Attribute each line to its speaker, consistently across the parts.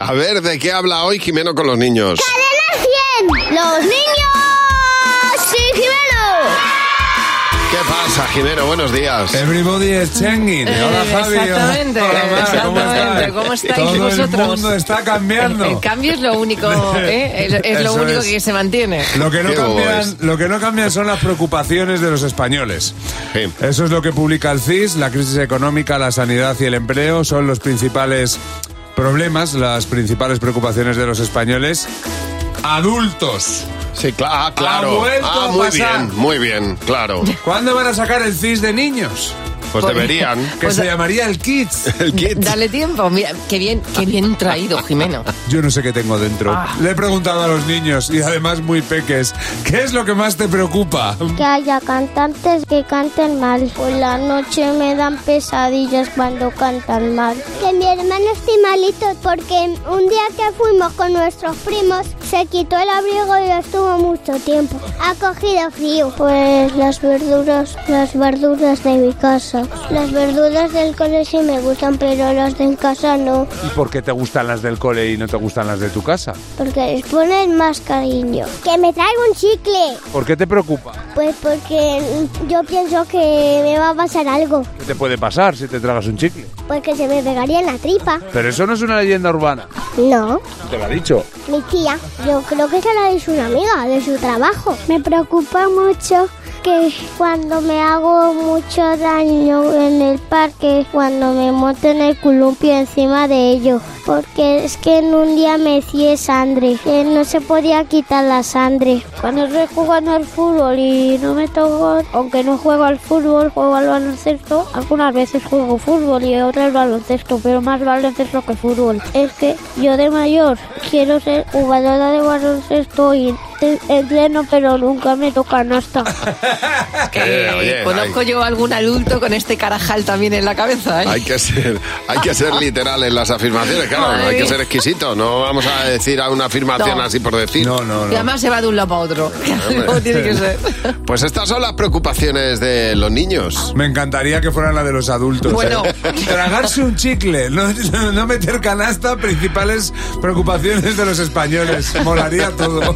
Speaker 1: A ver, ¿de qué habla hoy Jimeno con los niños?
Speaker 2: ¡Cadena 100! ¡Los niños! ¡Sí, Jimeno!
Speaker 1: ¿Qué pasa, Jimeno? Buenos días.
Speaker 3: Eh, Everybody is changing.
Speaker 4: Eh,
Speaker 3: Hola Javi.
Speaker 4: exactamente,
Speaker 3: Hola Mar, ¿cómo
Speaker 4: exactamente.
Speaker 3: estáis?
Speaker 4: ¿Cómo estáis
Speaker 3: Todo
Speaker 4: vosotros?
Speaker 3: el mundo está cambiando.
Speaker 4: El cambio es lo único, ¿eh? es, es lo
Speaker 3: Eso
Speaker 4: único
Speaker 3: es.
Speaker 4: que se mantiene.
Speaker 3: Lo que, no
Speaker 1: Qué bobo
Speaker 3: cambian,
Speaker 1: es.
Speaker 3: lo que no cambian son las preocupaciones de los españoles.
Speaker 1: Sí.
Speaker 3: Eso es lo que publica el CIS. La crisis económica, la sanidad y el empleo son los principales problemas, las principales preocupaciones de los españoles. Adultos.
Speaker 1: Sí, cla- ah, claro.
Speaker 3: Ha vuelto
Speaker 1: ah,
Speaker 3: a
Speaker 1: muy
Speaker 3: pasar.
Speaker 1: bien, muy bien, claro.
Speaker 3: ¿Cuándo van a sacar el CIS de niños?
Speaker 1: Pues deberían.
Speaker 3: Que se llamaría el Kids.
Speaker 1: El kit.
Speaker 4: Dale tiempo, mira, qué bien, qué bien traído, Jimeno.
Speaker 3: Yo no sé qué tengo dentro. Le he preguntado a los niños y además muy peques, ¿qué es lo que más te preocupa?
Speaker 2: Que haya cantantes que canten mal. Por la noche me dan pesadillas cuando cantan mal. Que mi hermano esté malito porque un día que fuimos con nuestros primos se quitó el abrigo y estuvo mucho tiempo. Ha cogido frío. Pues las verduras, las verduras de mi casa. Las verduras del colegio me gustan, pero las de en casa no,
Speaker 3: ¿Y por qué te gustan las del cole y no te gustan las de tu casa?
Speaker 2: porque les ponen más cariño. Que me traiga un chicle.
Speaker 3: ¿Por qué te preocupa?
Speaker 2: Pues porque yo pienso que me va a pasar algo,
Speaker 3: ¿Qué te puede pasar si te tragas un chicle?
Speaker 2: porque se me pegaría en la tripa.
Speaker 3: Pero eso no es una leyenda urbana.
Speaker 2: No,
Speaker 3: Te lo ha dicho.
Speaker 2: mi tía, yo creo que se la dice una amiga de su trabajo. Me preocupa mucho que cuando me hago mucho daño en el parque, cuando me monto en el columpio encima de ello, porque es que en un día me hacía sangre, que no se podía quitar la sangre. Cuando estoy jugando al fútbol y no me toco, aunque no juego al fútbol, juego al baloncesto. Algunas veces juego fútbol y otras baloncesto, pero más baloncesto que fútbol. Es que yo de mayor quiero ser jugadora de baloncesto y te- entreno, pero nunca me toca hasta.
Speaker 1: Eh, oye,
Speaker 4: Conozco
Speaker 1: hay-
Speaker 4: yo a algún adulto con este carajal también en la cabeza. ¿eh?
Speaker 1: Hay que ser, hay que ser literal en las afirmaciones, claro,
Speaker 4: Madre
Speaker 1: hay que
Speaker 4: mía.
Speaker 1: ser exquisito, no vamos a decir a una afirmación
Speaker 4: No.
Speaker 1: así por decir.
Speaker 3: No, no,
Speaker 4: Y
Speaker 3: no.
Speaker 4: además se va de un lado para otro. ¿Cómo tiene que ser?
Speaker 1: Pues estas son las preocupaciones de los niños.
Speaker 3: Me encantaría que fueran la de los adultos. ¿eh?
Speaker 4: Bueno.
Speaker 3: Tragarse un chicle, no, no meter canasta, principales preocupaciones de los españoles. Molaría todo.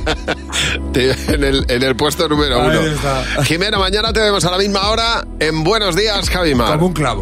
Speaker 1: En el, en el puesto número
Speaker 3: Ahí
Speaker 1: uno.
Speaker 3: está.
Speaker 1: Jimena, mañana te vemos a la misma hora en Buenos Días, Javimar.
Speaker 3: Como un clavo.